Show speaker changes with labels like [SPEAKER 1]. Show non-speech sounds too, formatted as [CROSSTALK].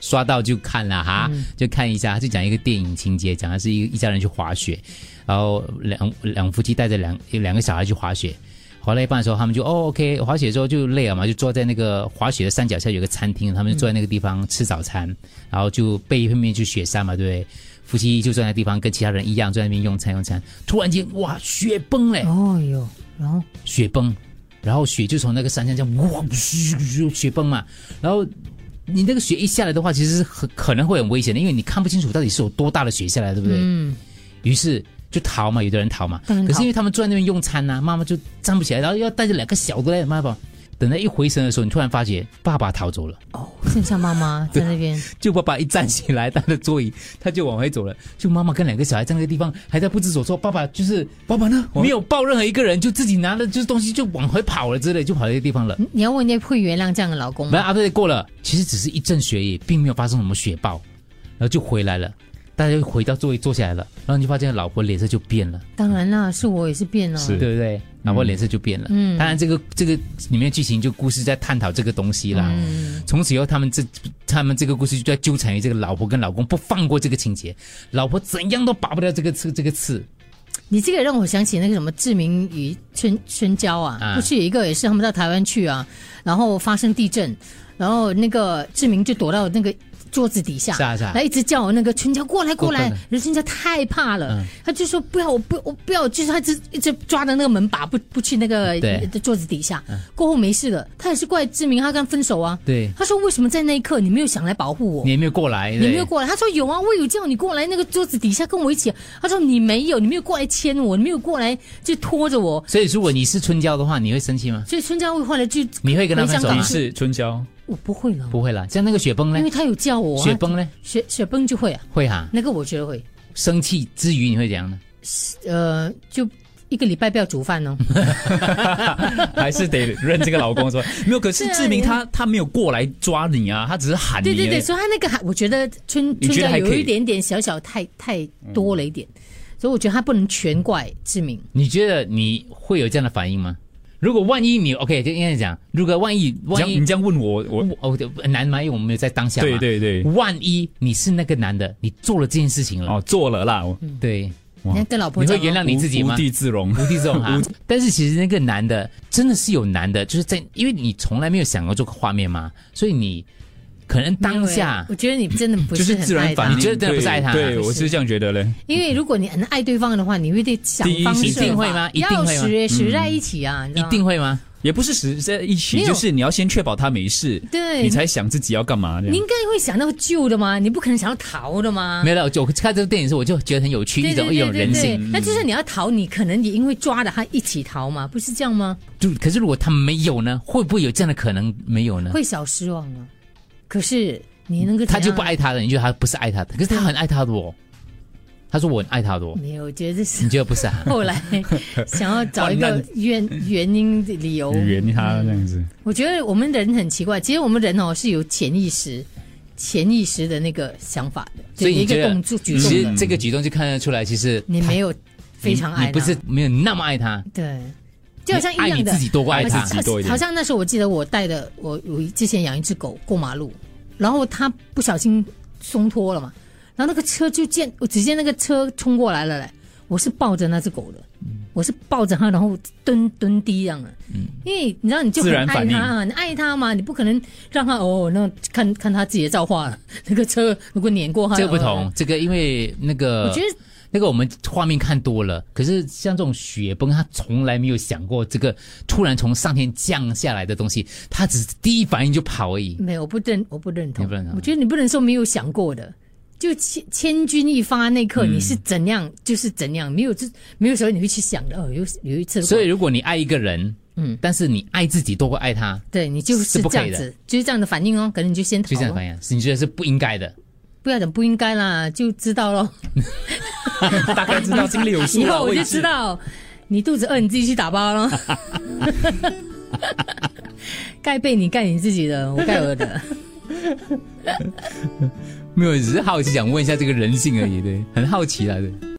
[SPEAKER 1] 刷到就看了哈，就看一下，就讲一个电影情节，讲的是一一家人去滑雪，然后两两夫妻带着两两个小孩去滑雪。滑了一半的时候，他们就哦，OK，滑雪之后就累了嘛，就坐在那个滑雪的山脚下有个餐厅，他们就坐在那个地方吃早餐，然后就背后面去雪山嘛，对不对？夫妻就坐在那地方跟其他人一样，坐在那边用餐用餐。突然间，哇，雪崩嘞！
[SPEAKER 2] 哦哟，然后
[SPEAKER 1] 雪崩，然后雪就从那个山上这样哇，雪崩嘛，然后你那个雪一下来的话，其实是很可能会很危险的，因为你看不清楚到底是有多大的雪下来，对不对？
[SPEAKER 2] 嗯，
[SPEAKER 1] 于是就逃嘛，有的人逃嘛，
[SPEAKER 2] 当然
[SPEAKER 1] 可是因
[SPEAKER 2] 好
[SPEAKER 1] 为他们坐在那边用餐呐、啊妈妈就站不起来，然后要带着两个小的来，妈妈。等到一回神的时候，你突然发觉爸爸逃走了。
[SPEAKER 2] 剩下妈妈在那边，
[SPEAKER 1] 就爸爸一站起来，他的座椅他就往回走了。就妈妈跟两个小孩站那个地方，还在不知所措。爸爸就是
[SPEAKER 3] 爸爸呢？
[SPEAKER 1] 没有抱任何一个人，就自己拿了就是东西就往回跑了之类，就跑到一个地方了。
[SPEAKER 2] 你要问人家会原谅这样的老公
[SPEAKER 1] 然
[SPEAKER 2] 吗？
[SPEAKER 1] 后 after that 过了，其实只是一阵雪也并没有发生什么雪暴，然后就回来了。大家就回到座位坐下来了，然后你就发现老婆脸色就变了，
[SPEAKER 2] 当然啦，是我也是变了，
[SPEAKER 3] 是
[SPEAKER 1] 对不对？老婆脸色就变了。
[SPEAKER 2] 嗯
[SPEAKER 1] 当然这个这个里面剧情就故事在探讨这个东西啦。
[SPEAKER 2] 嗯
[SPEAKER 1] 从此以后，他们这他们这个故事就在纠缠于这个老婆跟老公不放过这个情节，老婆怎样都拔不掉这个刺这个刺。
[SPEAKER 2] 你这个让我想起那个什么志明与春春娇啊，
[SPEAKER 1] 啊
[SPEAKER 2] 不是有一个也是他们到台湾去啊，然后发生地震，然后那个志明就躲到那个桌子底下，
[SPEAKER 1] 是啊是啊
[SPEAKER 2] 然后一直叫那个春娇过来过来
[SPEAKER 1] 过来，
[SPEAKER 2] 人春娇太怕了，
[SPEAKER 1] 嗯
[SPEAKER 2] 他就说不要我不我不要，就是他一直一直抓着那个门把不不去那个
[SPEAKER 1] 对嗯
[SPEAKER 2] 桌子底下，过后没事了，他也是怪志明他跟他分手啊，
[SPEAKER 1] 对
[SPEAKER 2] 他说为什么在那一刻你没有想来保护我
[SPEAKER 1] 你？也没有过来，对
[SPEAKER 2] 你没有过来，他说有啊，我有叫你过来那个桌子底下跟我一起。他说你没有，你没有过来牵我，你没有过来就拖着我，
[SPEAKER 1] 所以如果你是春娇的话，你会生气吗？
[SPEAKER 2] 所以春娇会后来就
[SPEAKER 1] 你会跟他分手
[SPEAKER 2] 回
[SPEAKER 1] 吗
[SPEAKER 2] 香
[SPEAKER 3] 你
[SPEAKER 2] 港？
[SPEAKER 3] 是春娇，
[SPEAKER 2] 我不会了，
[SPEAKER 1] 不会啦，像那个雪崩
[SPEAKER 2] 因为
[SPEAKER 1] 呢？
[SPEAKER 2] 他有叫我、啊，
[SPEAKER 1] 雪崩呢？
[SPEAKER 2] 雪雪崩就会啊，
[SPEAKER 1] 会哈、
[SPEAKER 2] 那个我觉得会，
[SPEAKER 1] 生气之余你会怎样呢？
[SPEAKER 2] 呃，就一个礼拜不要煮饭
[SPEAKER 1] [LAUGHS]
[SPEAKER 2] 哦，
[SPEAKER 3] 还是得认这个老公说没有？可是
[SPEAKER 2] 对啊
[SPEAKER 3] 志明
[SPEAKER 2] 你
[SPEAKER 3] 他他没有过来抓你啊，他只是喊你
[SPEAKER 2] 对
[SPEAKER 3] 而已。
[SPEAKER 2] 对对，所以他那个还我觉得春
[SPEAKER 3] 你
[SPEAKER 2] 春
[SPEAKER 3] 觉得
[SPEAKER 2] 娇
[SPEAKER 3] 还可以
[SPEAKER 2] 有一点点小小太太
[SPEAKER 1] 嗯
[SPEAKER 2] 多了一点，所以我觉得他不能全怪志明。
[SPEAKER 1] 你觉得你会有这样的反应吗？如果万一你 OK，就应该讲，如果万一
[SPEAKER 3] 你这
[SPEAKER 1] 万
[SPEAKER 3] 样
[SPEAKER 1] 一
[SPEAKER 3] 你这样问我，嗯我
[SPEAKER 1] 我哦对很难吗？因为我们没有在当下嘛。
[SPEAKER 3] 对对对，
[SPEAKER 1] 万一你是那个男的，你做了这件事情了，
[SPEAKER 3] 哦，做了啦，我
[SPEAKER 1] 对，
[SPEAKER 3] 哇
[SPEAKER 2] 你要跟老婆
[SPEAKER 1] 你
[SPEAKER 2] 讲
[SPEAKER 1] 会
[SPEAKER 2] 哦、
[SPEAKER 1] 原谅你自己
[SPEAKER 3] 无
[SPEAKER 1] 吗
[SPEAKER 3] 无？地自容。
[SPEAKER 1] 无地这种哈。但是其实那个男的真的是有男的，就是在因为你从来没有想过这个画面嘛，所以你可能
[SPEAKER 2] 没有
[SPEAKER 1] 当
[SPEAKER 2] 欸
[SPEAKER 1] 下
[SPEAKER 2] 我觉得你真的
[SPEAKER 1] [LAUGHS]
[SPEAKER 2] 不
[SPEAKER 3] [LAUGHS] 就是
[SPEAKER 2] 很
[SPEAKER 3] 自然
[SPEAKER 2] 爱他
[SPEAKER 3] 反应，
[SPEAKER 1] 你觉得真的不是爱他啊
[SPEAKER 3] 对对，
[SPEAKER 2] 不是
[SPEAKER 3] 我是这样觉得嘞。
[SPEAKER 2] 因为如果你很爱对方的话，你会得想方设法，
[SPEAKER 3] 第
[SPEAKER 1] 嗯
[SPEAKER 3] 一
[SPEAKER 1] 一定会吗一定会
[SPEAKER 2] 要
[SPEAKER 1] 吗
[SPEAKER 2] 死死在一起啊，你知
[SPEAKER 1] 一
[SPEAKER 2] 道吗
[SPEAKER 1] 定会吗？
[SPEAKER 3] 也不是实在一起
[SPEAKER 2] 没，有
[SPEAKER 3] 就是你要先确保他没事，
[SPEAKER 2] 对
[SPEAKER 3] 你才想自己要干嘛这
[SPEAKER 2] 你
[SPEAKER 3] 样。
[SPEAKER 2] 应该会想到救的嘛，你不可能想到逃的嘛。
[SPEAKER 1] 没有了，我我看这个电影的时候，我就觉得很有趣，
[SPEAKER 2] 啊对
[SPEAKER 1] 一
[SPEAKER 2] 对
[SPEAKER 1] 种一
[SPEAKER 2] 对
[SPEAKER 1] 种
[SPEAKER 2] 对
[SPEAKER 1] 人性嗯
[SPEAKER 2] 对，。那就是你要逃，你可能也因为抓了他一起逃嘛，不是这样吗？
[SPEAKER 1] 就可是如果他没有呢，会不会有这样的可能没有呢？
[SPEAKER 2] 会小失望啊。可是你能够
[SPEAKER 1] 他就
[SPEAKER 2] 怎样
[SPEAKER 1] 不爱他了，你觉得他不是爱他的，可是他很爱他的哦。他说我很爱他的哦，
[SPEAKER 2] 没有，我觉得是
[SPEAKER 1] 你觉得不是啊？[LAUGHS]
[SPEAKER 2] 后来想要找一个
[SPEAKER 3] 患
[SPEAKER 2] 原原因的理由。
[SPEAKER 3] 圆他这样子，
[SPEAKER 2] 我觉得我们人很奇怪，其实我们人哦是有潜意识、潜意识的那个想法的，
[SPEAKER 1] 所以
[SPEAKER 2] [LAUGHS] 对
[SPEAKER 1] 你
[SPEAKER 2] 一
[SPEAKER 1] 觉
[SPEAKER 2] 个
[SPEAKER 1] 得
[SPEAKER 2] 动作举
[SPEAKER 1] 其
[SPEAKER 2] 动的
[SPEAKER 1] 实。这个举动就看得出来，其实
[SPEAKER 2] 你没有非常爱
[SPEAKER 1] 你
[SPEAKER 2] 他，
[SPEAKER 1] 你不是没有那么爱他，
[SPEAKER 2] 对，就好像一
[SPEAKER 1] 你爱
[SPEAKER 2] 样
[SPEAKER 1] 你
[SPEAKER 2] 的
[SPEAKER 1] 自己多过爱他
[SPEAKER 2] 好。
[SPEAKER 3] 自己多一点
[SPEAKER 2] 好像那时候我记得我带的我我之前养一只狗过马路，然后它不小心松脱了嘛，然后那个车就见我只见那个车冲过来了嘞，我是抱着那只狗的。
[SPEAKER 1] 嗯
[SPEAKER 2] 我是抱着它，然后蹲蹲低这样的，因为你知道你就很
[SPEAKER 3] 自然
[SPEAKER 2] 爱
[SPEAKER 3] 反应
[SPEAKER 2] 它啊，你爱它嘛，你不可能让它哦，那看看它自己的造化了。那个车如果碾过它，
[SPEAKER 1] 这个不
[SPEAKER 2] 哦
[SPEAKER 1] 同，这个因为那个
[SPEAKER 2] 我觉得
[SPEAKER 1] 那个我们画面看多了，可是像这种雪崩，他从来没有想过这个突然从上天降下来的东西，他只是第一反应就跑而已。
[SPEAKER 2] 没有，我不认，我不认同。
[SPEAKER 1] 你不认同
[SPEAKER 2] 我觉得你不能说没有想过的，就千千钧一发那刻，
[SPEAKER 1] 嗯
[SPEAKER 2] 你是怎样就是怎样，没有就没有时候你会去想的。哦，有有一次，
[SPEAKER 1] 所以如果你爱一个人，嗯，但是你爱自己多过爱他，
[SPEAKER 2] 对你就是
[SPEAKER 1] 是不
[SPEAKER 2] 这
[SPEAKER 1] 可
[SPEAKER 2] 样
[SPEAKER 1] 以的
[SPEAKER 2] 子，就是这样的反应哦。可能你就先逃
[SPEAKER 1] 就这样的
[SPEAKER 2] 咯
[SPEAKER 1] 反应，是你觉得是不应该的。
[SPEAKER 2] 不要讲不应该啦，就知
[SPEAKER 1] [LAUGHS]
[SPEAKER 2] 道咯。
[SPEAKER 3] 大概知道心里有数 [LAUGHS]
[SPEAKER 1] 啊
[SPEAKER 2] 以
[SPEAKER 3] 了。
[SPEAKER 2] 后我
[SPEAKER 3] 也
[SPEAKER 2] 就是啊知道，你肚子饿你自己去打包
[SPEAKER 1] [LAUGHS]
[SPEAKER 2] 咯。盖被你盖你自己的，我盖我的。
[SPEAKER 1] 没有，只是好奇想问一下这个人性而已，对，很好奇啦，对。